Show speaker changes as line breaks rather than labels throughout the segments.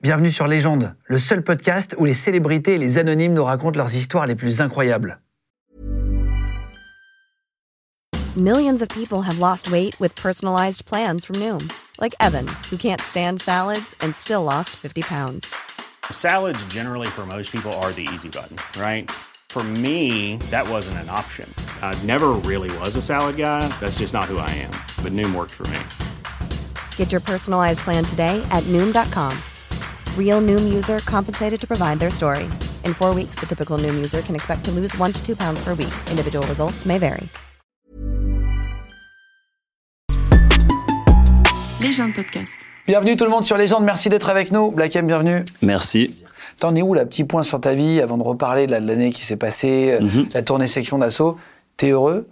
Bienvenue sur Légende, le seul podcast où les célébrités et les anonymes nous racontent leurs histoires les plus incroyables.
Millions of people have lost weight with personalized plans from Noom, like Evan, who can't stand salads and still lost 50 pounds.
Salads, generally, for most people, are the easy button, right? For me, that wasn't an option. I never really was a salad guy. That's just not who I am. But Noom worked for me.
Get your personalized plan today at Noom.com. Real Noom user compensated to provide their story. In four weeks, the typical Noom user can expect to lose one to two pounds per week. Individual results may vary.
Les gens de podcast.
Bienvenue tout le monde sur Légende, merci d'être avec nous. Black M, bienvenue.
Merci.
T'en es où là Petit point sur ta vie avant de reparler de la- de l'année qui s'est passée, euh, la tournée section d'assaut. T'es heureux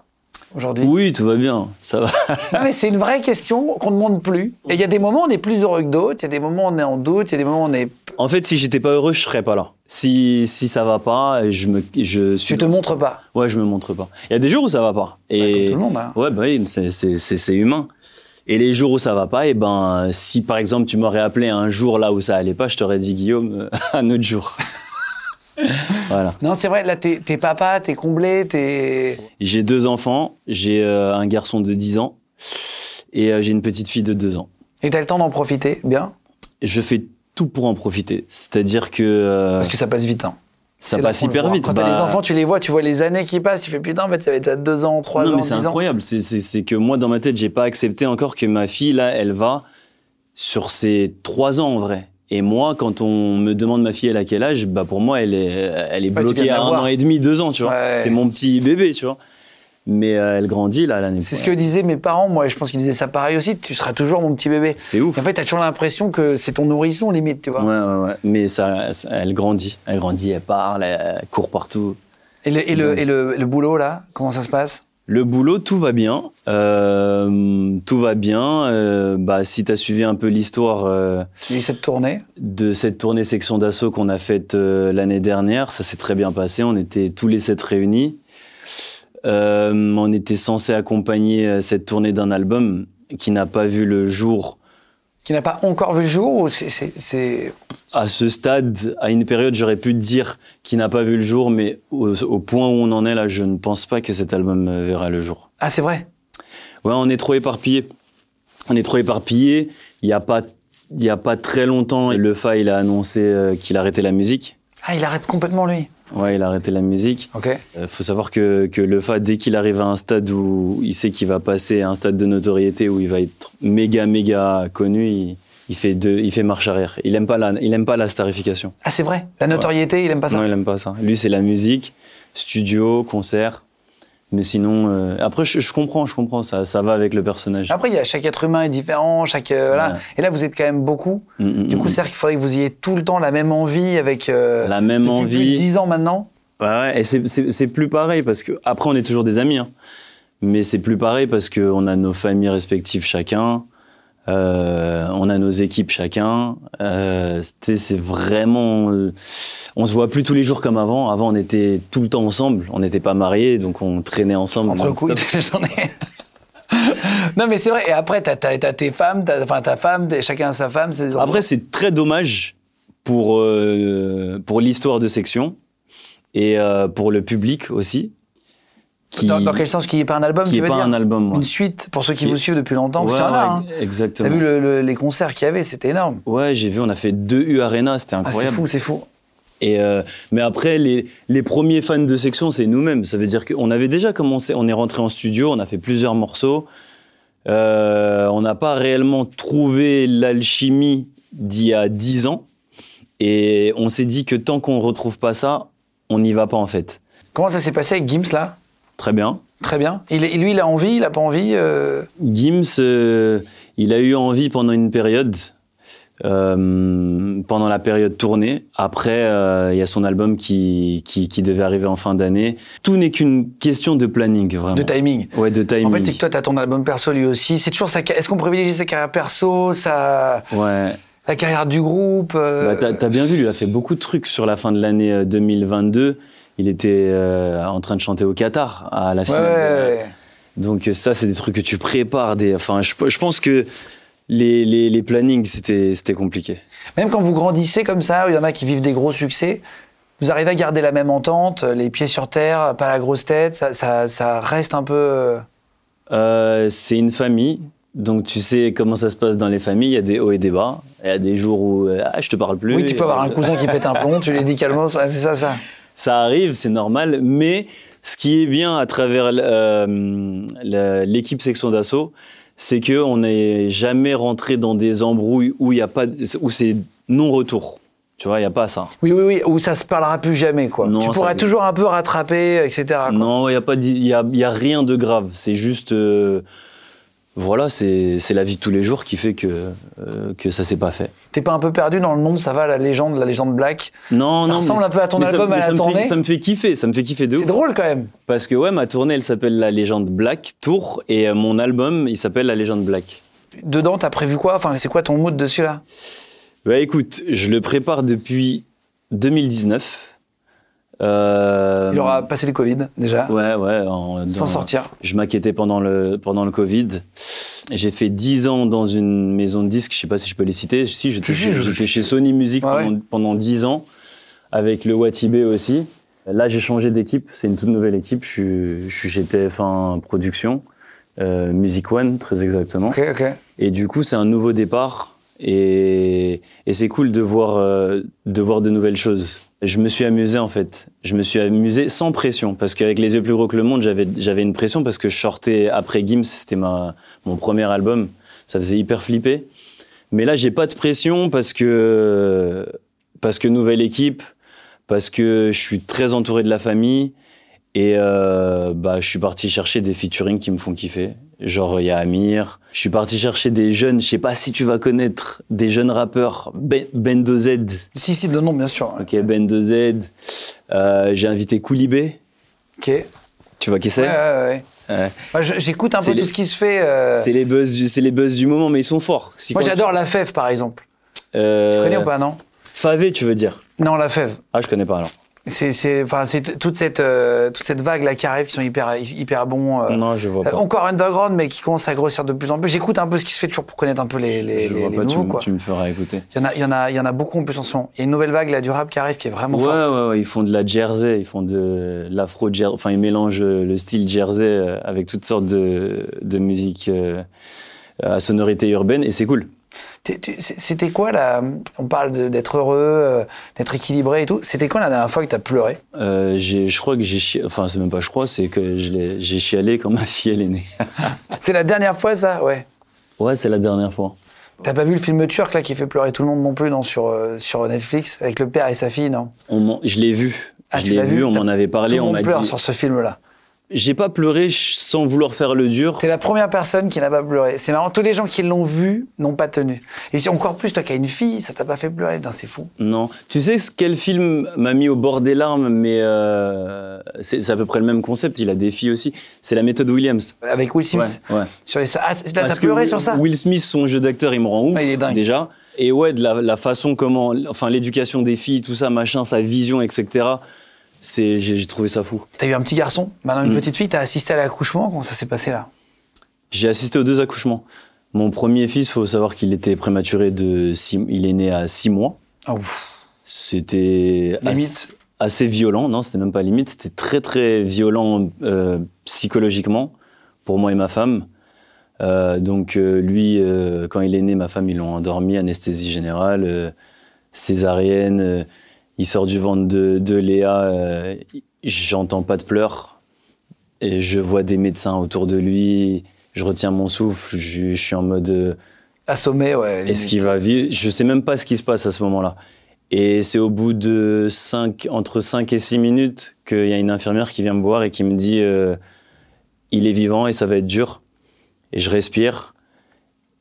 aujourd'hui
Oui, tout va bien, ça va.
Non, mais c'est une vraie question qu'on ne demande plus. Et il y a des moments où on est plus heureux que d'autres, il y a des moments où on est en doute, il y a des moments où on est.
En fait, si j'étais pas heureux, je serais pas là. Si si ça va pas, je me je suis
Tu te montres pas.
ouais, je me montre pas. Il y a des jours où ça va pas
Comme
et
tout le monde. hein.
ouais, bah oui, c'est c'est c'est c'est humain. Et les jours où ça va pas, et ben si par exemple tu m'aurais appelé un jour là où ça allait pas, je t'aurais dit Guillaume euh, un autre jour. voilà.
Non, c'est vrai, là, t'es t'es papa, t'es comblé, t'es.
J'ai deux enfants, j'ai euh, un garçon de 10 ans et euh, j'ai une petite fille de 2 ans.
Et t'as le temps d'en profiter, bien
Je fais tout pour en profiter, c'est-à-dire que euh,
Parce que ça passe vite. Hein.
ça
C'est là
passe
qu'on le
hyper
voit.
vite.
Quand t'as
Bah,
des enfants, tu les vois, tu vois les années qui passent, il fait putain, en fait, ça va être à 2 ans, 3 ans,
Non, mais
10
c'est
ans.
incroyable. C'est- C'est c'est que moi, dans ma tête, j'ai pas accepté encore que ma fille, là, elle va sur ses trois ans en vrai. Et moi, quand on me demande ma fille, elle a quel âge, bah pour moi, elle est, elle
Ouais,
est
tu viens
bloquée
de
à
la
un
voir.
an et demi, deux ans, tu vois.
Ouais.
C'est mon petit bébé, tu vois. Mais euh, elle grandit là l'année.
C'est ce que disaient mes parents, moi, et je pense qu'ils disaient ça pareil aussi, tu seras toujours mon petit bébé.
C'est ouf.
Et en fait, t'as toujours l'impression que c'est ton nourrisson, limite, tu vois.
Ouais, ouais, ouais. Mais ça, ça- elle grandit, elle grandit, elle parle, elle court partout.
Et, le, et, le, et le, le boulot, là, comment ça se passe
Le boulot, tout va bien. Euh, tout va bien. Euh, bah, si t'as suivi un peu l'histoire. euh,
Il y a eu cette tournée.
de cette tournée section d'assaut qu'on a faite euh, l'année dernière. Ça s'est très bien passé. On était tous les sept réunis. Euh, on était censé accompagner euh, cette tournée d'un album qui n'a pas vu le jour
qui n'a pas encore vu le jour ou c'est- c'est c'est-
à ce stade. À une période, j'aurais pu dire qui n'a pas vu le jour, mais au, au point où on en est là, je ne pense pas que cet album euh, verra le jour.
ah c'est vrai
Ouais, on est trop éparpillé. On est trop éparpillé. Il n'y a pas, il y a pas très longtemps, le Fa, il a annoncé euh, qu'il arrêtait la musique.
ah il arrête complètement lui
Ouais, il a arrêté la musique.
ok
Euh, faut savoir que, que le Fa, dès qu'il arrive à un stade où il sait qu'il va passer à un stade de notoriété où il va être méga méga connu, il, il fait deux, il fait marche arrière. Il aime pas la, il aime pas la starification.
ah c'est vrai la notoriété il aime pas Ah, ça
Non, il aime pas ça. Lui, c'est la musique, studio, concert. Mais sinon, euh, après, je, je comprends, je comprends ça, ça va avec le personnage.
après il y a chaque être humain est différent chaque euh, voilà.
Ouais.
et là vous êtes quand même beaucoup
Mm, mm,
du coup
mm.
c'est à dire qu'il faudrait que vous ayez tout le temps la même envie avec euh,
la même
depuis plus de
envie.
10 ans maintenant
Ouais, ouais, et c'est- c'est c'est plus pareil parce que après on est toujours des amis, hein. mais c'est plus pareil parce que on a nos familles respectives chacun, euh, on a nos équipes chacun. Euh, c'était- c'est vraiment, euh, on se voit plus tous les jours comme avant. Avant on était tout le temps ensemble, on n'était pas mariés donc on traînait ensemble.
entre
non-stop.
couilles j'en ai non mais c'est vrai et après t'as as, tes femmes t'as- enfin ta femme t'as- chacun a sa femme ses enfants.
Après c'est très dommage pour euh, pour l'histoire de section et euh, pour le public aussi. Qui,
dans, dans quel sens qu'il n'y ait pas un album
qui
tu
est
veux
pas
dire
un album. ouais.
une suite pour ceux qui
Qui-
vous suivent depuis longtemps parce
Ouais,
qu'il y en a
ouais,
hein.
Exactement.
t'as vu le- le- les concerts qu'il y avait c'était énorme
Ouais, j'ai vu, on a fait deux U Arena, c'était
ah, c'est
incroyable.
fou c'est fou
et euh, mais après, les, les premiers fans de section, c'est nous-mêmes. Ça veut dire qu'on avait déjà commencé, on est rentré en studio, on a fait plusieurs morceaux. Euh, on n'a pas réellement trouvé l'alchimie d'il y a dix ans. Et on s'est dit que tant qu'on ne retrouve pas ça, on n'y va pas en fait.
Comment ça s'est passé avec Gims là
Très bien.
Très bien. Il, est- lui, il a envie, il a pas envie. euh,
Gims, euh, il a eu envie pendant une période, euh, pendant la période tournée. Après, euh, il y a son album qui, qui, qui devait arriver en fin d'année. Tout n'est qu'une question de planning, vraiment.
de timing.
Ouais, de timing.
En fait, c'est que toi, t'as ton album perso lui aussi. C'est toujours sa. ca- Est-ce qu'on privilégie sa carrière perso, sa
Ouais.
la carrière du groupe euh,
Bah, t'as, t'as bien vu, il a fait beaucoup de trucs sur la fin de l'année euh, 2022. Il était euh, en train de chanter au Qatar à la
Ouais,
finale de-
ouais, ouais.
Donc euh, ça, c'est des trucs que tu prépares. Des, enfin, je, je pense que les, les, les plannings, c'était c'était compliqué.
Même quand vous grandissez comme ça, il y en a qui vivent des gros succès, vous arrivez à garder la même entente, les pieds sur terre, pas la grosse tête, ça, ça, ça reste un peu. euh,
Euh, c'est une famille, donc tu sais comment ça se passe dans les familles. Il y a des hauts et des bas. Il y a des jours où euh, ah, je te parle plus.
Oui, tu peux avoir un
Euh,
cousin qui pète un plomb, tu lui dis calmement, ça- c'est ça, ça.
Ça arrive, c'est normal. Mais ce qui est bien à travers euh, la- l'équipe section d'assaut, c'est que on n'est jamais rentré dans des embrouilles où il y a pas, où c'est non retour. Tu vois, il y a pas ça.
Oui, oui, oui, où ça se parlera plus jamais, quoi.
Non,
tu
ça- Mm.
pourras toujours un peu rattraper, etc. Ah, quoi.
Non, il n'y a, pas d'i- y a, y a rien de grave. C'est juste. euh, voilà, c'est c'est la vie de tous les jours qui fait que, euh, que ça s'est pas fait.
T'es pas un peu perdu dans le nom, ça va, la légende, la légende black.
Non,
Ça
non. mais
ressemble
ça-
un peu à ton
mais ça-
album à
mais
la
ça me fait-
tournée.
ça me fait kiffer, ça me fait kiffer de
C'est
ouf.
drôle quand même.
Parce que ouais, ma tournée, elle s'appelle La Légende Black Tour et euh, mon album, il s'appelle La Légende Black.
Dedans, t'as prévu quoi Enfin, c'est quoi ton mood dessus là
Bah écoute, je le prépare depuis 2019. Euh,
Il aura passé le Covid déjà,
Ouais, ouais. en-
sans
dans-
sortir.
Je m'inquiétais pendant le, pendant le Covid. J'ai fait 10 ans dans une maison de disques, je sais pas si je peux les citer. Si, j'étais
Si, si, je- Ah
j'étais chez Sony Music
Ouais,
pendant, pendant 10 ans, avec le Watibé aussi. Là, j'ai changé d'équipe, c'est une toute nouvelle équipe. Je suis, je suis chez TF1 Production, euh, Music One très exactement.
Ok, ok.
Et du coup, c'est un nouveau départ. Et, et c'est cool de voir, euh, de voir de nouvelles choses. Je me suis amusé en fait. Je me suis amusé sans pression. Parce qu'avec Les yeux plus gros que le monde, j'avais j'avais une pression parce que je sortais après Gims, c'était ma- mon premier album. Ça faisait hyper flipper. Mais là, j'ai pas de pression parce que, parce que nouvelle équipe, parce que je suis très entouré de la famille. Et euh, bah, je suis parti chercher des featuring qui me font kiffer. Genre, il y a Amir. Je suis parti chercher des jeunes, je sais pas si tu vas connaître, des jeunes rappeurs. Ben, Bendo Z.
Si, si, le nom, bien sûr.
Ok, Bendo Z. Euh, J'ai invité Koulibé.
Ok. Ouais,
Tu vois qui c'est
ouais, ouais.
Ouais.
Moi, je- J'écoute un peu
C'est les-
tout ce qui se fait. euh,
C'est les, buzz du- c'est les buzz du moment, mais ils sont forts. Si
Moi,
quand-
j'adore La Fève, par exemple.
Euh,
Tu connais ou pas, non
Favé, tu veux dire
Non, La Fève.
Ah, je connais pas alors.
C'est c'est- enfin, c'est t- toute, cette, euh, toute cette vague là qui arrive, qui sont hyper, hyper bons. euh,
Non, je vois
euh,
pas.
encore underground, mais qui commence à grossir de plus en plus. J'écoute un peu ce qui se fait toujours pour connaître un peu les, les,
je
les-
vois
les
pas, tu,
nouveaux,
me-
quoi.
tu me feras écouter.
Il y, en a, il, y en a, il y en a beaucoup en plus en ce moment. Il y a une nouvelle vague là, du rap qui arrive qui est vraiment
Ouais,
forte.
ouais, ouais, ils font de la jersey, ils font de l'afro jersey, enfin ils mélangent euh, le style jersey euh, avec toutes sortes de, de musique euh, à sonorité urbaine et c'est cool.
T'es- tu- c'est- C'était quoi là On parle de- d'être heureux, euh, d'être équilibré et tout. C'était quoi la dernière fois que t'as pleuré
Euh, j'ai- je crois que j'ai chialé, enfin c'est même pas je crois, c'est que je l'ai- j'ai chialé quand ma fille elle est née.
C'est la dernière fois ça Ouais.
Ouais, c'est la dernière fois.
T'as pas vu le film turc là qui fait pleurer tout le monde non plus non, sur, euh, sur Netflix avec le père et sa fille non
On m'en- je l'ai vu,
Ah,
je
tu
l'ai
l'as
vu,
vu
on m'en avait
Tout
parlé,
le
on
monde
m'a
pleure
dit.
sur ce film là.
J'ai pas pleuré ch- sans vouloir faire le dur.
T'es la première personne qui n'a pas pleuré. C'est marrant, tous les gens qui l'ont vu n'ont pas tenu. Et si encore plus, toi qui as une fille, ça t'a pas fait pleurer, Putain, c'est fou.
Non. Tu sais ce- quel film m'a mis au bord des larmes, mais euh, c'est c'est à peu près le même concept. Il a des filles aussi. C'est la méthode Williams.
Avec Will Smith,
Ouais. ouais.
sur les... Ah, là, t'as
Parce que
pleuré
Will-
sur ça
Will Smith, son jeu d'acteur, il me rend ouf
Ah, il est dingue.
déjà. Et ouais, de la, la façon comment, enfin l'éducation des filles, tout ça, machin, sa vision, etc. C'est, j'ai j'ai trouvé ça fou.
T'as eu un petit garçon, maintenant une
Mm.
petite fille, t'as assisté à l'accouchement, comment ça s'est passé là
J'ai assisté aux deux accouchements. Mon premier fils, faut savoir qu'il était prématuré de, six- il est né à 6 mois.
Ah, ouf.
C'était
Limite.
assez, assez violent, non, c'était même pas limite, c'était très très violent euh, psychologiquement pour moi et ma femme. Euh, donc euh, lui, euh, quand il est né, ma femme, ils l'ont endormi, anesthésie générale, euh, césarienne, euh, il sort du ventre de, de Léa, euh, j'entends pas de pleurs, et je vois des médecins autour de lui, je retiens mon souffle, je, je suis en mode... euh,
Assommé, ouais. limite.
est-ce qu'il va vivre Je sais même pas ce qui se passe à ce moment-là. Et c'est au bout de 5, entre 5 et 6 minutes qu'il y a une infirmière qui vient me voir et qui me dit euh, il est vivant et ça va être dur. Et je respire.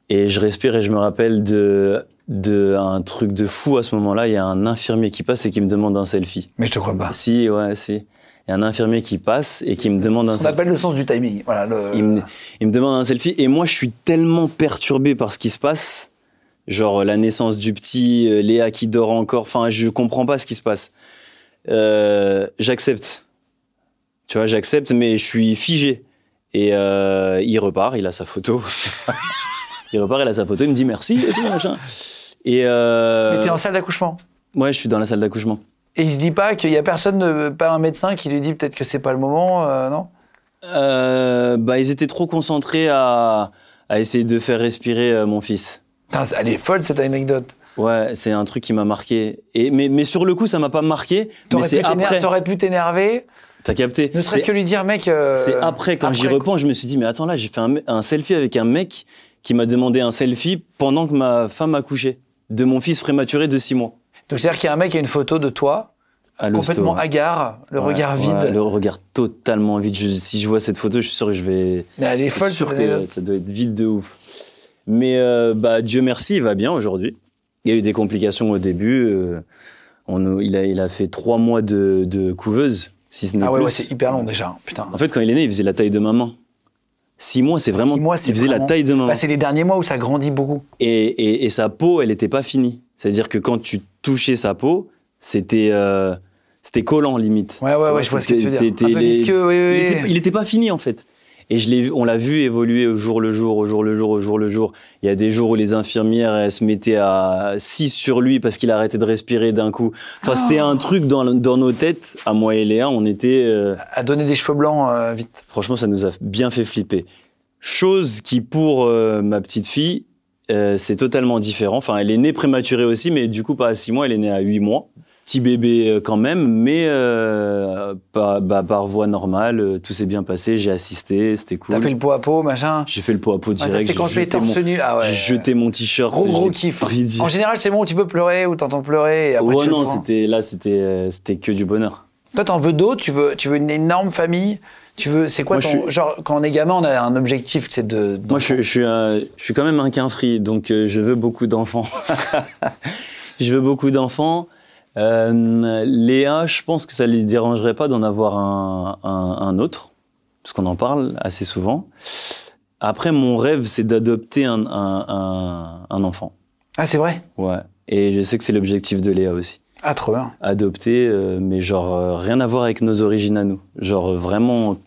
Et je respire et je me rappelle de, de un truc de fou à ce moment-là. Il y a un infirmier qui passe et qui me demande un selfie.
Mais je te crois pas.
Si, ouais, si. Il y a un infirmier qui passe et qui me demande un
On
selfie.
appelle le sens du timing. Voilà, le-
Il me, il me demande un selfie et moi je suis tellement perturbé par ce qui se passe. Genre la naissance du petit, euh, Léa qui dort encore. Enfin, je comprends pas ce qui se passe. Euh, j'accepte. Tu vois, j'accepte, mais je suis figé. Et euh, il repart, il a sa photo. Il repart, il a sa photo, il me dit merci et tout, machin. Et euh,
Mais t'es en salle d'accouchement.
ouais, je suis dans la salle d'accouchement.
Et il se dit pas qu'il y a personne, de- pas un médecin qui lui dit peut-être que c'est pas le moment, euh, non
Euh, bah, ils étaient trop concentrés à, à essayer de faire respirer euh, mon fils.
Putain, elle est folle cette anecdote.
Ouais, c'est un truc qui m'a marqué. Et, mais, mais sur le coup, ça m'a pas marqué. Mais
T'aurais pu
c'est
t'éner-
après.
t'aurais pu t'énerver,
T'as capté
ne serait-ce
C'est-
que lui dire, mec. euh,
C'est après, quand j'y
après,
repense, je me suis dit, mais attends, là, j'ai fait un, un selfie avec un mec qui m'a demandé un selfie pendant que ma femme accouchait de mon fils prématuré de 6 mois.
Donc c'est-à-dire qu'il y a un mec qui a une photo de toi,
À l'hosto,
complètement
ouais.
hagard, le
Ah, Ouais,
regard
ouais,
vide.
le regard totalement vide. Je- si je vois cette photo, je suis sûr que je vais.
Mais elle est
Je suis
folle
sûr
cette
que
anecdote.
ça doit être vide de ouf. Mais euh, bah, Dieu merci, il va bien aujourd'hui. Il y a eu des complications au début. euh, on- il, a, il a fait 3 mois de, de couveuse, si ce n'est
Ah ouais,
plus. Ah,
ouais, c'est hyper long déjà, hein, putain.
En fait, quand il est né, il faisait la taille de maman. 6 mois, c'est vraiment.
Six mois, c'est
il faisait
vraiment-
la taille de maman.
Bah, c'est les derniers mois où ça grandit beaucoup.
et, et- et sa peau, elle n'était pas finie. C'est-à-dire que quand tu touchais sa peau, c'était euh, c'était collant limite.
Ouais, ouais, ouais, je vois ce que tu veux dire.
C'était-
Un peu
les-
visqueux,
il
oui,
était-
oui.
Il était pas fini en fait. Et je l'ai, vu- on l'a vu évoluer au jour le jour, au jour le jour, au jour le jour. Il y a des jours où les infirmières elles se mettaient à 6 sur lui parce qu'il arrêtait de respirer d'un coup. Enfin,
Ah.
c'était un truc dans, dans nos têtes. À moi et Léa, on était. euh,
À donner des cheveux blancs euh, vite.
Franchement, ça nous a bien fait flipper. Chose qui, pour euh, ma petite fille, euh, c'est totalement différent. Enfin, elle est née prématurée aussi, mais du coup, pas à 6 mois, elle est née à 8 mois. Petit bébé euh, quand même, mais euh, par, bah, par voie normale, euh, tout s'est bien passé, j'ai assisté, c'était cool.
T'as fait le pot à pot, machin.
J'ai fait le pot à pot
Ah, ça,
direct.
c'est quand
j'ai
tu es
jeté
torse
mon-
nu. Ah ouais.
J'ai jeté mon t-shirt.
Gros,
je
gros
l'ai
kiff. hein.
pris direct.
En général, c'est bon, tu peux pleurer ou t'entends pleurer. Et après,
Ouais,
tu le
non,
prends.
c'était, là, c'était, euh, c'était que du bonheur.
Toi, t'en veux d'autres Tu veux, tu veux une énorme famille Tu veux, c'est quoi
Moi,
ton
je suis-
genre Quand on est gamin, on a un objectif, c'est de.
Moi, je, je suis, un- je suis quand même un quinfri, donc euh, je veux beaucoup d'enfants. je veux beaucoup d'enfants. Euh, Léa, je pense que ça lui dérangerait pas d'en avoir un, un- un autre, parce qu'on en parle assez souvent. Après, mon rêve, c'est d'adopter un, un- un- un enfant.
Ah, c'est vrai.
Ouais. Et je sais que c'est l'objectif de Léa aussi.
Ah, trop bien.
Adopter, euh, mais genre euh, rien à voir avec nos origines à nous. Genre euh, vraiment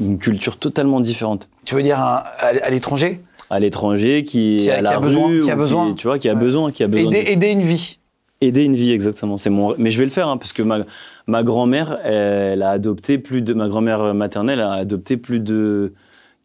une culture totalement différente
Tu veux dire un- à, à l'étranger
à l'étranger, qui,
Qui
est
a-
à la
qui a
rue,
besoin, qui
ou
a besoin.
tu vois, qui a
Ouais.
besoin, qui a besoin
aider,
d'aider
aider une vie.
aider une vie exactement. C'est mon, mais je vais le faire hein, parce que ma, ma grand-mère, elle a adopté plus de ma grand-mère maternelle a adopté plus de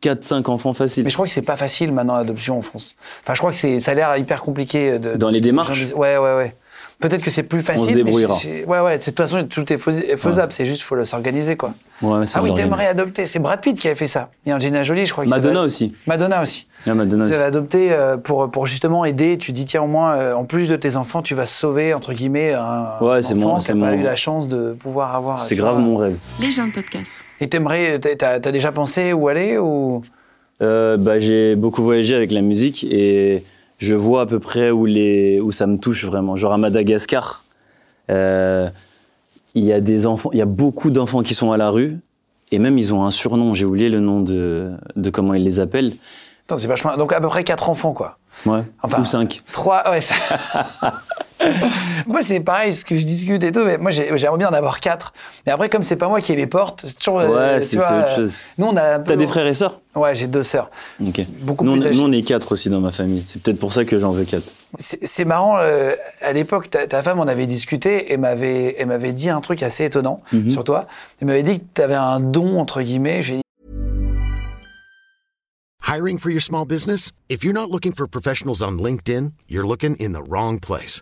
4-5 enfants faciles.
Mais je crois que c'est pas facile maintenant l'adoption en France. Enfin, je crois que c'est, ça a l'air hyper compliqué. euh, De,
Dans les
de-
démarches
gens disent- Ouais, ouais, ouais. Peut-être que c'est plus facile.
se
mais
débrouillera.
c'est- c'est- ouais, ouais. c'est- De toute façon, tout est fais- faisable. C'est juste faut le s'organiser, quoi.
Ouais, c'est
Ah oui,
l'organisme.
t'aimerais adopter. C'est Brad Pitt qui avait fait ça. Il y a Angelina Jolie, je crois. que ça
Madonna
va-
aussi.
Madonna aussi.
Ah, Madonna
Vous
aussi.
avez adopté euh, pour, pour justement aider. Tu dis, tiens, au moins, euh, en plus de tes enfants, tu vas sauver, entre guillemets, un
Ouais, c'est
enfant
mon-
qui
c'est
n'a pas
mon-
eu la chance de pouvoir avoir.
C'est
tu
grave
vois.
mon rêve.
Les gens de podcast.
Et t'aimerais, euh, t'as- t'as t'as déjà pensé où aller ou...
Euh, bah, j'ai beaucoup voyagé avec la musique et je vois à peu près où, les, où ça me touche vraiment. Genre à Madagascar, euh, il y a des enfants, il y a beaucoup d'enfants qui sont à la rue et même ils ont un surnom. J'ai oublié le nom de, de comment ils les appellent.
Attends, c'est vachement. Donc, à peu près quatre enfants, quoi.
Ouais.
Enfin,
Ou cinq.
Trois, ouais. ça- moi, c'est pareil, ce que je discute et tout, mais moi, j'ai- j'aimerais bien en avoir quatre. Mais après, comme c'est pas moi qui ai les portes, c'est toujours. euh,
Ouais,
tu
c'est
vois,
c'est autre
euh,
chose.
Nous, on a. un peu-
T'as des frères Mm. et sœurs
Ouais, j'ai deux sœurs.
Ok.
Beaucoup
Nous, on,
plus âgées.
nous, on est quatre aussi dans ma famille. C'est peut-être pour ça que j'en veux quatre.
C'est c'est marrant, euh, à l'époque, ta, ta femme, on avait discuté et m'avait elle m'avait dit un truc assez étonnant
Mhm.
sur toi. Elle m'avait dit que t'avais un don, entre guillemets. J'ai dit,
Hiring for your small business? If you're not looking for professionals on LinkedIn, you're looking in the wrong place.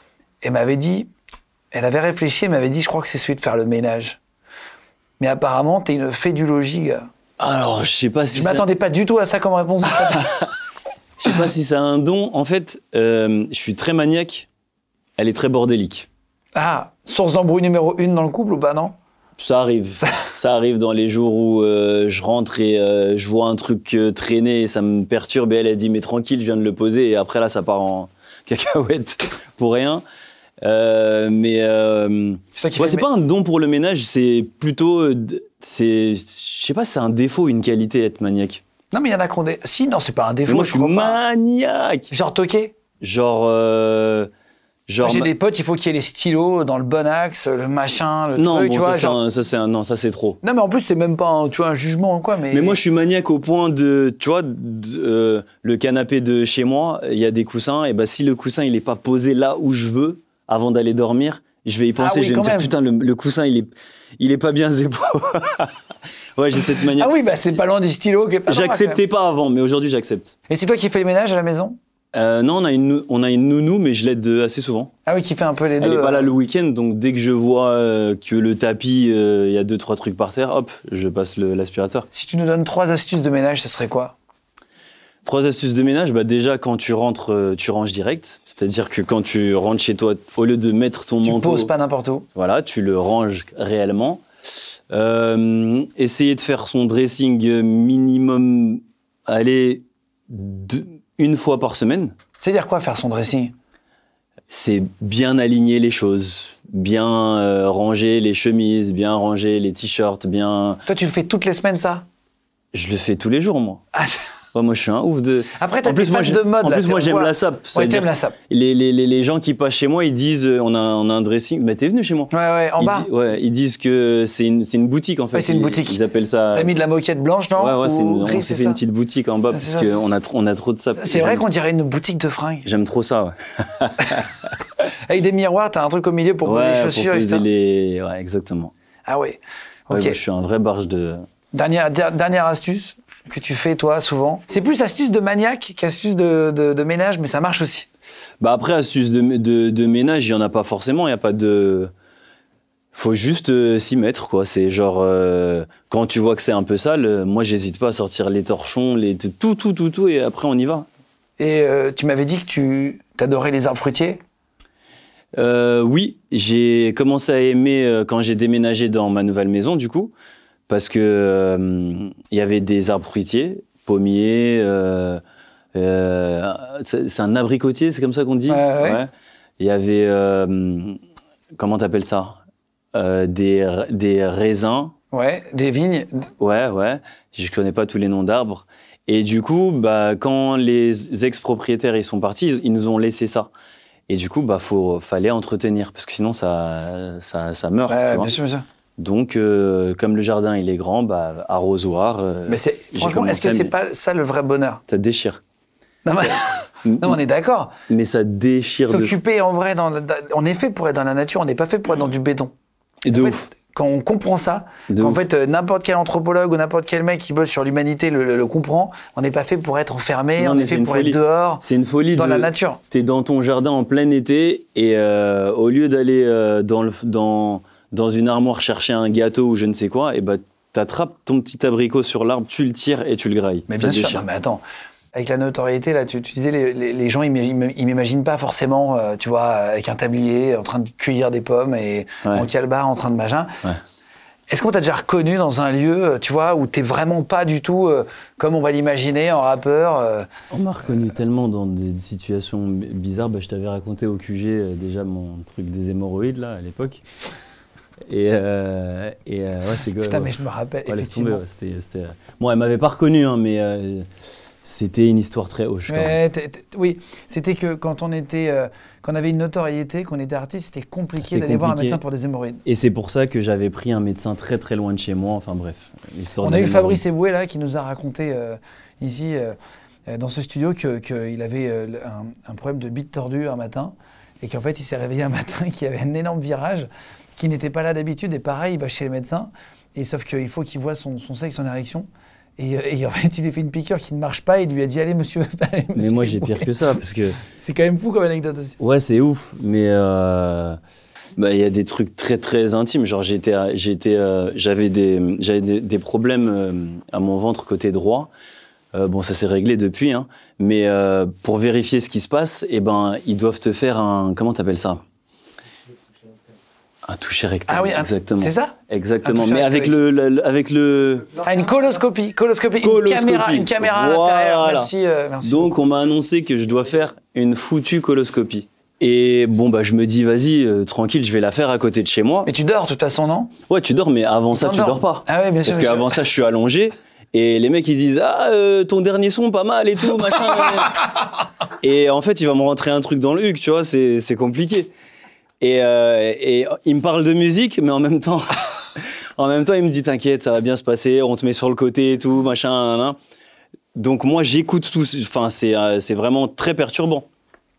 Elle m'avait dit, elle avait réfléchi, elle m'avait dit, je crois que c'est celui de faire le ménage. Mais apparemment, t'es une fédulogie, gars.
Alors, je sais pas si
Je
ça-
m'attendais pas du tout à ça comme réponse.
Je sais pas si c'est un don. En fait, euh, je suis très maniaque. Elle est très bordélique.
ah, source d'embrouille numéro une dans le couple ou pas, non
Ça arrive. ça arrive dans les jours où euh, je rentre et euh, je vois un truc euh, traîner et ça me perturbe. Et elle, a dit, mais tranquille, je viens de le poser. Et après, là, ça part en cacahuète pour rien. Euh, mais euh,
C'est ça qui
ouais,
fait
c'est
le
pas un don pour le ménage, c'est plutôt. euh, d- c'est, je sais pas, c'est un défaut, une qualité, être maniaque.
Non, mais il y en a qui ont des. Si, non, c'est pas un défaut.
Mais moi, je suis
crois pas.
maniaque.
Genre toqué.
Genre. euh, genre
J'ai
ma-
des potes, il faut qu'il y ait les stylos dans le bon axe, le machin, le
Non,
truc,
bon,
tu
ça,
vois.
c'est
genre-
un- ça, c'est un- non, ça c'est trop.
Non, mais en plus, c'est même pas un, tu vois, un jugement ou quoi. Mais,
Mais moi, je suis maniaque au point de, tu vois, de- euh, le canapé de chez moi, il y a des coussins, et bah si le coussin il est pas posé là où je veux avant d'aller dormir, je vais y penser,
Ah oui,
je vais me
quand
dire
même.
putain le, le coussin il est, il est pas bien zébo. ouais, j'ai cette maniaque.
Ah oui, bah c'est pas loin du stylo. qui est pas dans
J'acceptais pas avant, mais aujourd'hui j'accepte.
l'axe. Et c'est toi qui fais le ménage à la maison
Euh, non, on a une, nou- on a une nounou, mais je l'aide euh, assez souvent.
Ah oui, qui fait un peu les deux.
Elle est pas
euh,
là le week-end, donc dès que je vois euh, que le tapis, euh, il y a deux trois trucs par terre, hop, je passe le- l'aspirateur.
Si tu nous donnes trois astuces de ménage, ça serait quoi
Trois astuces de ménage, bah déjà quand tu rentres, euh, tu ranges direct. C'est-à-dire que quand tu rentres chez toi, au lieu de mettre ton
Tu
manteau,
poses pas n'importe où.
voilà, tu le ranges réellement. Euh, essayer de faire son dressing euh, minimum, allez, deux- une fois par semaine.
C'est-à-dire quoi faire son dressing
C'est bien aligner les choses, bien euh, ranger les chemises, bien ranger les t-shirts, bien.
Toi, tu le fais toutes les semaines, ça
Je le fais tous les jours, moi.
Ah,
Ouais, moi, je suis un hein, ouf de.
Après, t'as
En plus,
des
moi,
fans
j'ai-
de mode.
En
là,
plus, moi,
c'est-
j'aime
Ouais.
la sape.
Ouais,
c'est-à-dire
t'aimes la sape.
les, les, les, les gens qui passent chez moi, ils disent euh, on a, on a un dressing. Mais t'es venu chez moi
Ouais, ouais, en
ils
bas.
di- ouais, ils disent que c'est une, c'est une boutique en fait.
Ouais, c'est une
Ils-
boutique.
Ils appellent ça.
T'as mis de la moquette blanche, non
ouais, ouais, c'est une-
Ou
on
gris,
s'est
c'est
fait
ça
une petite boutique en bas
Ah, c'est
parce
ça,
qu'on a, trop- on a trop de sape.
C'est vrai
J'aime-
qu'on dirait une boutique de fringues.
J'aime trop ça, ouais.
Avec des miroirs, t'as un truc au milieu pour poser
ouais,
les
pour
chaussures et
poser
ça.
les. Ouais, exactement.
Ah ouais.
Ouais,
Ok.
moi, je suis un vrai barge de.
Dernière, der- dernière astuce que tu fais toi souvent. C'est plus astuce de maniaque qu'astuce de, de- de ménage, mais ça marche aussi.
Bah après, astuce de, de, de ménage, il n'y en a pas forcément. Il n'y a pas de. Faut juste euh, s'y mettre, quoi. C'est genre, euh, quand tu vois que c'est un peu sale, euh, moi, j'hésite pas à sortir les torchons, les tout, tout, tout, tout, tout, et après, on y va.
Et euh, tu m'avais dit que tu t'adorais les arbres fruitiers.
Euh, oui, j'ai commencé à aimer euh, quand j'ai déménagé dans ma nouvelle maison, du coup, parce que euh, il y avait des arbres fruitiers, pommiers. euh, euh, c'est c'est un abricotier, c'est comme ça qu'on dit.
Ouais, ouais.
Il y avait euh, comment t'appelles ça Euh, Des ra- des raisins.
Ouais, des vignes.
Ouais, ouais. Je connais pas tous les noms d'arbres. Et du coup, bah, quand les ex-propriétaires ils sont partis, ils- ils nous ont laissé ça. Et du coup, bah, faut, fallait entretenir parce que sinon ça, ça, ça meurt.
Ouais,
tu vois.
Bah, bien sûr, bien sûr.
Donc, euh, comme le jardin il est grand, bah, arrosoir, euh,
Mais c'est
J'ai
franchement, est-ce que
commencé à
c'est
me-
pas ça le vrai bonheur
ça déchire.
non, mais... non, on est d'accord.
Mais ça déchire de,
S'occuper en vrai, dans, la- on est fait pour être dans la nature, on n'est pas fait pour être dans du béton.
de
En
ouf.
fait, Quand on comprend ça,
De
en
ouf.
fait euh, n'importe quel anthropologue ou n'importe quel mec qui bosse sur l'humanité le, le- le comprend, on n'est pas fait pour être enfermé,
Non,
on
mais
est
c'est
fait
une
pour
folie.
être dehors,
C'est une folie
dans
de-
la nature.
T'es dans ton jardin en plein été et euh, au lieu d'aller euh, dans, le, dans, dans une armoire chercher un gâteau ou je ne sais quoi, et bah, t'attrapes ton petit abricot sur l'arbre, tu le tires et tu le grailles.
Mais
Ça
bien sûr,
déchire.
Non, mais attends. Avec la notoriété, là, tu, tu disais, les, les- les gens, ils m'im- ils m'imaginent pas forcément, euh, tu vois, avec un tablier, en train de cueillir des pommes et
Ouais.
en calbar, en train de machin.
Ouais.
Est-ce qu'on t'a déjà reconnu dans un lieu, euh, tu vois, où t'es vraiment pas du tout euh, comme on va l'imaginer en rappeur euh,
On m'a reconnu tellement dans des situations bi- bizarres. Bah, je t'avais raconté au QG euh, déjà mon truc des hémorroïdes là à l'époque. Et, euh, et euh, ouais, c'est quoi
Putain,
ouais.
mais je me rappelle,
Ouais, laisse tomber,
effectivement.
ouais, c'était- c'était- Bon, elle m'avait pas reconnu, hein, mais euh, c'était une histoire très hoche. quand même.
Ouais, t'es- t'es- oui, c'était que quand on était, euh, quand on avait une notoriété, qu'on était artiste, c'était compliqué
C'était
d'aller voir un
compliqué.
médecin pour des hémorroïdes.
Et c'est pour ça que j'avais pris un médecin très très loin de chez moi. Enfin bref, l'histoire.
On
des
a eu
hémorroïdes.
Fabrice Eboué là qui nous a raconté euh, ici euh, euh, dans ce studio que- qu'il avait euh, le- un, un problème de bite tordue un matin et qu'en fait il s'est réveillé un matin et qu'il y avait un énorme virage qui n'était pas là d'habitude et pareil il va chez le médecin et sauf qu'il faut qu'il voit son, son sexe en érection et, euh, et en fait il lui fait une piqûre qui ne marche pas et il lui a dit allez monsieur, allez,
Mais
monsieur
moi j'ai
Eboué.
pire que ça parce que
C'est quand même fou comme anecdote aussi.
ouais c'est ouf, mais euh, bah, il y a des trucs très très intimes. Genre j'étais à- j'étais euh, j'avais des j'avais des, des problèmes euh, à mon ventre côté droit. Euh, bon ça s'est réglé depuis, hein. mais euh, pour vérifier ce qui se passe, eh ben ils doivent te faire un comment t'appelles ça Un toucher rectal.
Ah oui, un-
exactement.
c'est ça Un
Exactement.
toucher
Mais avec
rectal,
le, le- le- avec le.
Ah, une coloscopie, coloscopie,
Coloscopie.
une caméra, une caméra à l'intérieur.
Voilà.
Merci, euh, merci.
Donc, on m'a annoncé que je dois faire une foutue coloscopie. Et bon, bah, je me dis, vas-y, euh, tranquille, je vais la faire à côté de chez moi.
Mais tu dors de toute façon, non
Ouais, tu dors, mais avant ça, tu
t'endors.
dors pas.
Ah ouais, bien sûr,
Parce
bien sûr.
qu'avant ça, je suis allongé. Et les mecs, ils disent Ah, euh, ton dernier son, pas mal et tout, machin. et en fait, il va me rentrer un truc dans le huc, tu vois, c'est c'est compliqué. Et, euh, et il me parle de musique, mais en même temps, en même temps, il me dit T'inquiète, ça va bien se passer, on te met sur le côté et tout, machin. nan, nan. Donc, moi, j'écoute tout. ce- Enfin, c'est euh, c'est vraiment très perturbant.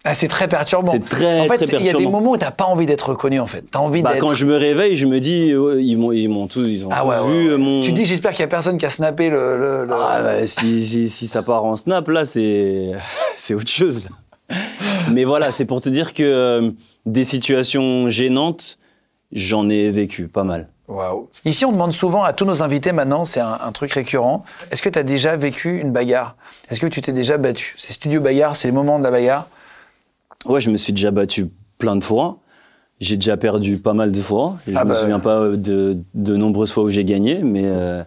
Ah, c'est très perturbant.
C'est très,
en fait,
très
c'est- il y a des
perturbant.
moments où t'as pas envie d'être reconnu, en fait. T'as envie
Bah,
d'être.
quand je me réveille, je me dis Ouais, Ils m'ont ils m'ont tout, ils ont
Ah ouais,
tout
ouais,
vu
ouais.
euh, mon.
Tu te dis, j'espère qu'il y a personne qui a snappé le. le- le-
Ah, bah, si, si, si ça part en snap, là, c'est c'est autre chose. là. Mais voilà, c'est pour te dire que euh, des situations gênantes, j'en ai vécu pas mal.
Waouh. Ici, on demande souvent à tous nos invités maintenant, c'est un, un truc récurrent. Est-ce que t'as déjà vécu une bagarre Est-ce que tu t'es déjà battu C'est studio bagarre, c'est le moment de la bagarre.
Ouais, je me suis déjà battu plein de fois. J'ai déjà perdu pas mal de fois. Je
Ah
me
bah.
souviens pas euh, de, de nombreuses fois où j'ai gagné, mais. euh,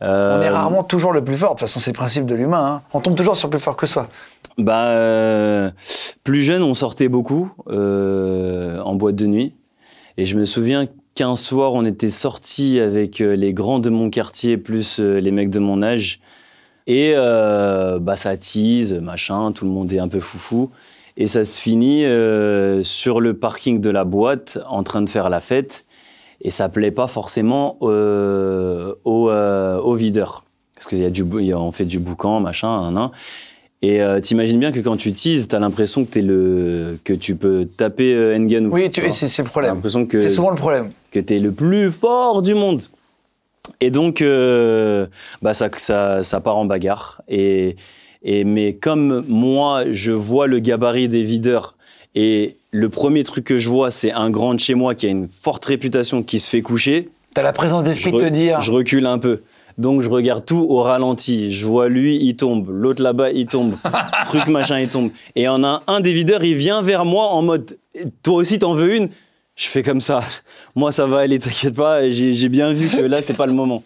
On est
euh,
rarement toujours le plus fort. De toute façon, c'est le principe de l'humain. hein. On tombe toujours sur le plus fort que soi.
Bah, euh, plus jeune, on sortait beaucoup euh, en boîte de nuit. Et je me souviens qu'un soir, on était sortis avec euh, les grands de mon quartier, plus euh, les mecs de mon âge. Et euh, bah, ça tease, machin, tout le monde est un peu foufou. Et ça se finit euh, sur le parking de la boîte, en train de faire la fête. Et ça plaît pas forcément euh, au, euh, au videur. Parce qu'il y a du, bou- il y a- on fait du boucan, machin, un, un. Et euh, t'imagines bien que quand tu teases, t'as l'impression que t'es le que tu peux taper euh, Ngannou.
Oui, tu-
vois.
c'est c'est le
T'as
problème.
l'impression que
C'est souvent le problème.
que t'es le plus fort du monde. Et donc, euh, bah ça, ça, ça part en bagarre. Et, et mais comme moi, je vois le gabarit des videurs et le premier truc que je vois, c'est un grand de chez moi qui a une forte réputation qui se fait coucher.
T'as la présence d'esprit de
re-
te dire.
je recule un peu. Donc je regarde tout au ralenti. Je vois lui, il tombe. L'autre là-bas, il tombe. Truc machin, il tombe. Et en a un des videurs, il vient vers moi en mode Toi aussi, t'en veux une Je fais comme ça. Moi, ça va aller, t'inquiète pas. J'ai j'ai bien vu que là, c'est pas le moment.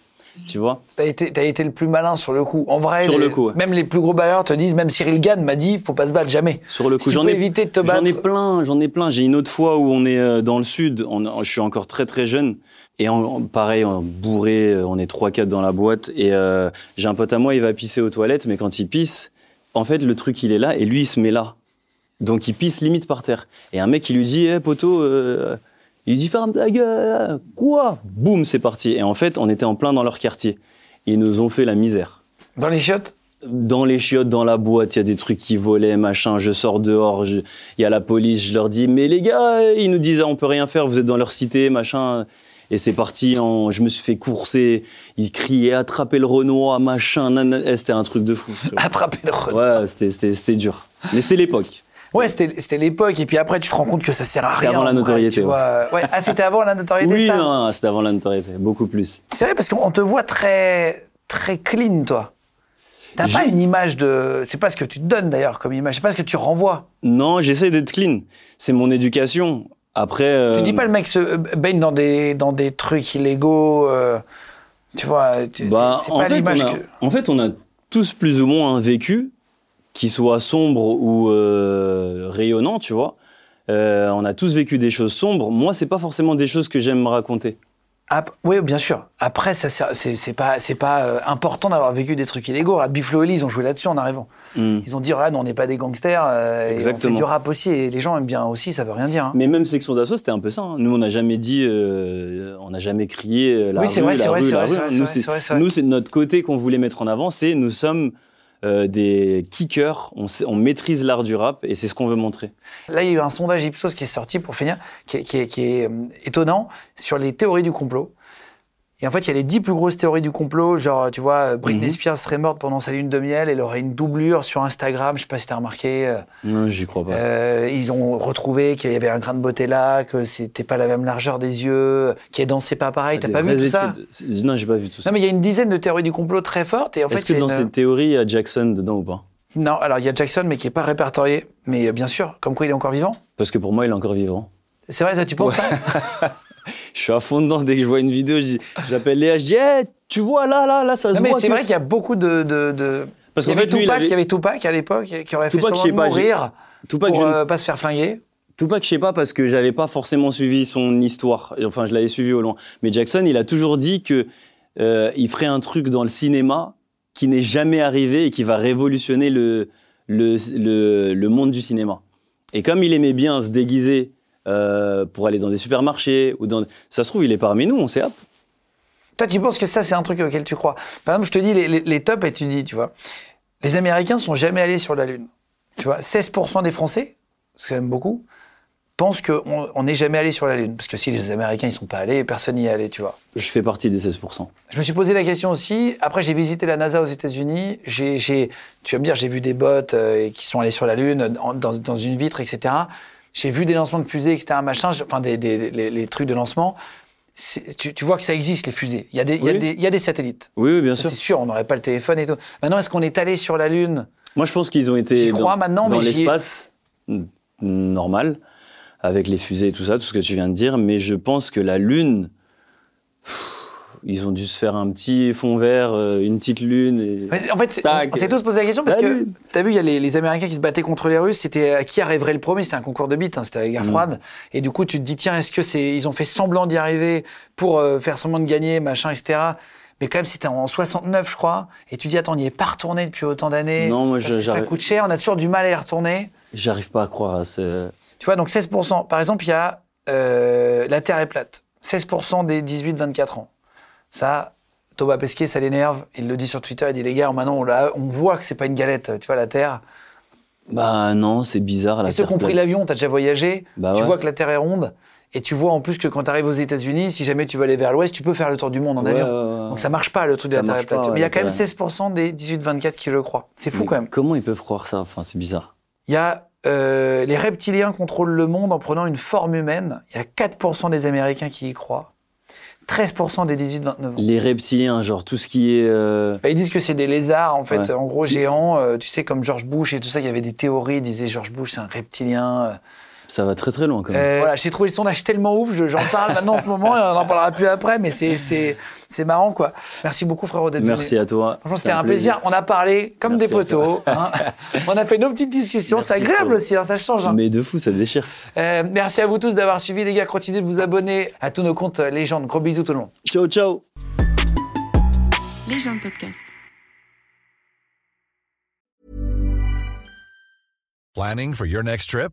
Tu vois
T'as été, t'as été le plus malin sur le coup. En vrai,
Sur
les-
le coup, ouais.
même les plus gros bailleurs te disent, même Cyril Gann m'a dit, faut pas se battre jamais.
Sur le
Si
coup,
tu
j'en
peux
ai,
éviter de te
j'en
battre.
ai plein, j'en ai plein. J'ai une autre fois où on est euh, dans le sud, on- on- je suis encore très très jeune. Et en- en- pareil, en bourré, euh, on est 3-4 dans la boîte. Et euh, j'ai un pote à moi, il va pisser aux toilettes, mais quand il pisse, en fait, le truc, il est là et lui, il se met là. Donc il pisse limite par terre. Et un mec, il lui dit, Eh, poteau, euh, il lui dit, ferme ta gueule, quoi Boum, c'est parti. Et en fait, on était en plein dans leur quartier. Ils nous ont fait la misère
Dans les chiottes,
dans les chiottes, dans la boîte, il y a des trucs qui volaient, machin. Je sors dehors, je- il y a la police, je leur dis, mais les gars, euh, ils nous disent, ah, on peut rien faire, vous êtes dans leur cité, machin. Et c'est parti, en- je me suis fait courser, ils criaient, attraper le Renoir, machin. nanana. Eh, C'était un truc de fou.
attraper le re- Ouais,
Ouais, c'était- c'était c'était dur. Mais c'était l'époque.
c'était, c'était l'époque. Et puis après, tu te rends compte que ça sert à
C'était
rien.
avant la
en vrai,
notoriété,
tu
ouais.
vois. Ouais. Ah, c'était avant la notoriété,
Oui,
ça
hein. non, non, c'était avant la notoriété, beaucoup plus.
C'est vrai, parce qu'on te voit très, très clean, toi. T'as
J'ai-
pas une image de. C'est pas ce que tu te donnes d'ailleurs comme image, c'est pas ce que tu renvoies.
Non, j'essaie d'être clean. C'est mon éducation. Après.
Tu
euh,
dis pas le mec se euh, baigne dans des, dans des trucs illégaux. euh, tu vois, tu-
Bah,
c'est, c'est
en,
pas
fait,
l'image
on a,
que.
en fait, on a tous plus ou moins un vécu, qui soit sombre ou euh, rayonnant, tu vois. Euh, on a tous vécu des choses sombres. Moi, c'est pas forcément des choses que j'aime me raconter.
Ap- oui, bien sûr. Après, ça sert- c'est c'est pas, c'est pas euh, important d'avoir vécu des trucs illégaux. Rap Biflo Ellie, ils ont joué là-dessus en arrivant.
Hmm.
Ils ont dit, ah, non, on n'est pas des gangsters, euh, et on fait
Exactement.
du rap aussi, et les gens aiment bien aussi, ça veut rien dire. hein.
Mais même section d'assaut, c'était un peu ça. hein. Nous, on n'a jamais dit, euh, on n'a jamais crié euh, la
Oui,
rue,
c'est vrai, c'est
la
vrai,
rue,
c'est vrai,
la rue.
c'est vrai,
Nous,
c'est vrai, c'est
c'est
vrai.
nous, c'est de notre côté qu'on voulait mettre en avant. C'est nous sommes euh, des kickers. On, sait- on maîtrise l'art du rap et c'est ce qu'on veut montrer.
Là, il y a eu un sondage Ipsos qui est sorti, pour finir, qui est, qui est- qui est, euh, étonnant, sur les théories du complot. Et en fait, il y a les dix plus grosses théories du complot, genre, tu vois, euh, Britney
Mhm.
Spears serait morte pendant sa lune de miel, elle aurait une doublure sur Instagram, je sais pas si t'as remarqué. euh,
Non, j'y crois pas.
Euh, ils ont retrouvé qu'il y avait un grain de beauté là, que c'était pas la même largeur des yeux, qu'elle dansait pas pareil. T'as
Ah, Des
pas vu
vraies
tout ça
études. C'est- Non, j'ai pas vu tout ça.
Non, mais il y a une dizaine de théories du complot très fortes. Et en fait,
Est-ce que
il y a
dans
une- euh,
cette théorie, il y a Jackson dedans ou pas
non, alors il y a Jackson, mais qui est pas répertorié. Mais euh, bien sûr, comme quoi il est encore vivant.
Parce que pour moi, il est encore vivant.
hein C'est vrai, ça, tu penses ça
je suis à fond dedans. Dès que je vois une vidéo, je dis- j'appelle Léa, je dis, Eh, tu vois, là, là, là, ça se
Non, mais
voit.
c'est
que-
vrai qu'il y a beaucoup de. de, de-
Parce
il y
qu'en
avait
fait, lui, il
Tupac,
avait-
il y avait Tupac à l'époque qui aurait fait
Tupac,
semblant
je sais
de
pas, j'ai-
mourir
Tupac,
pour
je ne-
euh, pas se faire flinguer.
Tupac, je sais pas parce que j'avais pas forcément suivi son histoire. Enfin, je l'avais suivi au long. Mais Jackson, il a toujours dit que euh, il ferait un truc dans le cinéma qui n'est jamais arrivé et qui va révolutionner le le, le, le monde du cinéma. Et comme il aimait bien se déguiser euh, pour aller dans des supermarchés ou dans, ça se trouve, il est parmi nous, on sait. hop.
Toi, tu penses que ça, c'est un truc auquel tu crois. Par exemple, je te dis les, les- les tops et tu dis, tu vois, les Américains sont jamais allés sur la Lune. Tu vois, 16% des Français, c'est quand même beaucoup, pensent qu'on on n'est jamais allé sur la Lune. Parce que si les Américains, ils sont pas allés, personne n'y est allé, tu vois.
Je fais partie des 16%.
Je me suis posé la question aussi. Après, j'ai visité la NASA aux États-Unis. J'ai, j'ai- tu vas me dire, j'ai vu des bottes euh, qui sont allées sur la Lune en- dans, dans une vitre, etc. J'ai vu des lancements de fusées, etc. Machin, j'ai- enfin des, des- les, les trucs de lancement. C'est- Tu, tu vois que ça existe les fusées. Il y a des, il y a
Oui.
des- il y a des satellites.
Oui, oui, bien
Ça,
sûr.
c'est sûr, on n'aurait pas le téléphone et tout. Maintenant, est-ce qu'on est allé sur la Lune
Moi, je pense qu'ils ont été
J'y crois
dans,
maintenant,
dans
mais j'y-
l'espace n- normal, avec les fusées et tout ça, tout ce que tu viens de dire. Mais je pense que la Lune, pff, ils ont dû se faire un petit fond vert, euh, une petite Lune. et-
Mais En fait, c'est-
Tac.
on s'est tous posé la question parce
La
que
Lune.
t'as vu, il y a les, les Américains qui se battaient contre les Russes. C'était euh, qui arriverait le premier C'était un concours de bites. hein, c'était la guerre
Mm.
froide. Et du coup, tu te dis tiens, est-ce que c'est ils ont fait semblant d'y arriver pour euh, faire semblant de gagner, machin, etc. Mais quand même, c'était en 69, je crois. Et tu dis attends, on n'y est pas retourné depuis autant d'années.
Non, moi,
parce
je-
que ça
j'arrive-
coûte cher. On a toujours du mal à y retourner.
J'arrive pas à croire à ce.
Tu vois, donc 16%. Par exemple, il y a euh, la Terre est plate. 16% des 18-24 ans. Ça, Thomas Pesquet, ça l'énerve. Il le dit sur Twitter. Il dit les gars, maintenant, on, la- on voit que c'est pas une galette. Tu vois, la Terre.
Bah non, c'est bizarre. La
et ceux
Terre
qui ont pris
plate.
l'avion, t'as déjà voyagé.
Bah
tu
ouais.
vois que la Terre est ronde. Et tu vois en plus que quand t'arrives aux États-Unis, si jamais tu veux aller vers l'ouest, tu peux faire le tour du monde en
Ouais,
avion.
ouais, ouais.
Donc ça marche pas le truc de
Ça
la Terre est
marche pas,
plate.
ouais,
Mais il y a
la
quand même
Terre est-
16% des 18-24 qui le croient. C'est fou
Mais
quand même.
Comment ils peuvent croire ça Enfin, c'est bizarre.
Il y a euh, les reptiliens contrôlent le monde en prenant une forme humaine. Il y a 4% des Américains qui y croient. 13% des 18-29 ans.
Les reptiliens, genre tout ce qui est. euh,
Bah, ils disent que c'est des lézards, en fait,
Ouais.
en gros géants. euh, tu sais, comme George Bush et tout ça, il y avait des théories. Ils disaient George Bush, c'est un reptilien. euh,
Ça va très très loin quand même.
Euh, voilà, j'ai trouvé le sondage tellement ouf, je- j'en parle maintenant en ce moment et on en parlera plus après, mais c'est- c'est c'est marrant quoi. Merci beaucoup frérot d'être
Merci
venu.
à toi.
Euh, Franchement,
C'est
c'était un plaisir. On a parlé comme des
Merci à toi.
poteaux. hein. On a fait nos petites discussions.
Merci,
C'est agréable
frérot.
aussi, hein, ça change. hein.
Mais de fou, ça déchire.
Euh, merci à vous tous d'avoir suivi, les gars. Continuez de vous abonner à tous nos comptes euh, légendes. Gros bisous tout le monde.
Ciao, ciao.
Les gens de podcast.
Planning for your next trip?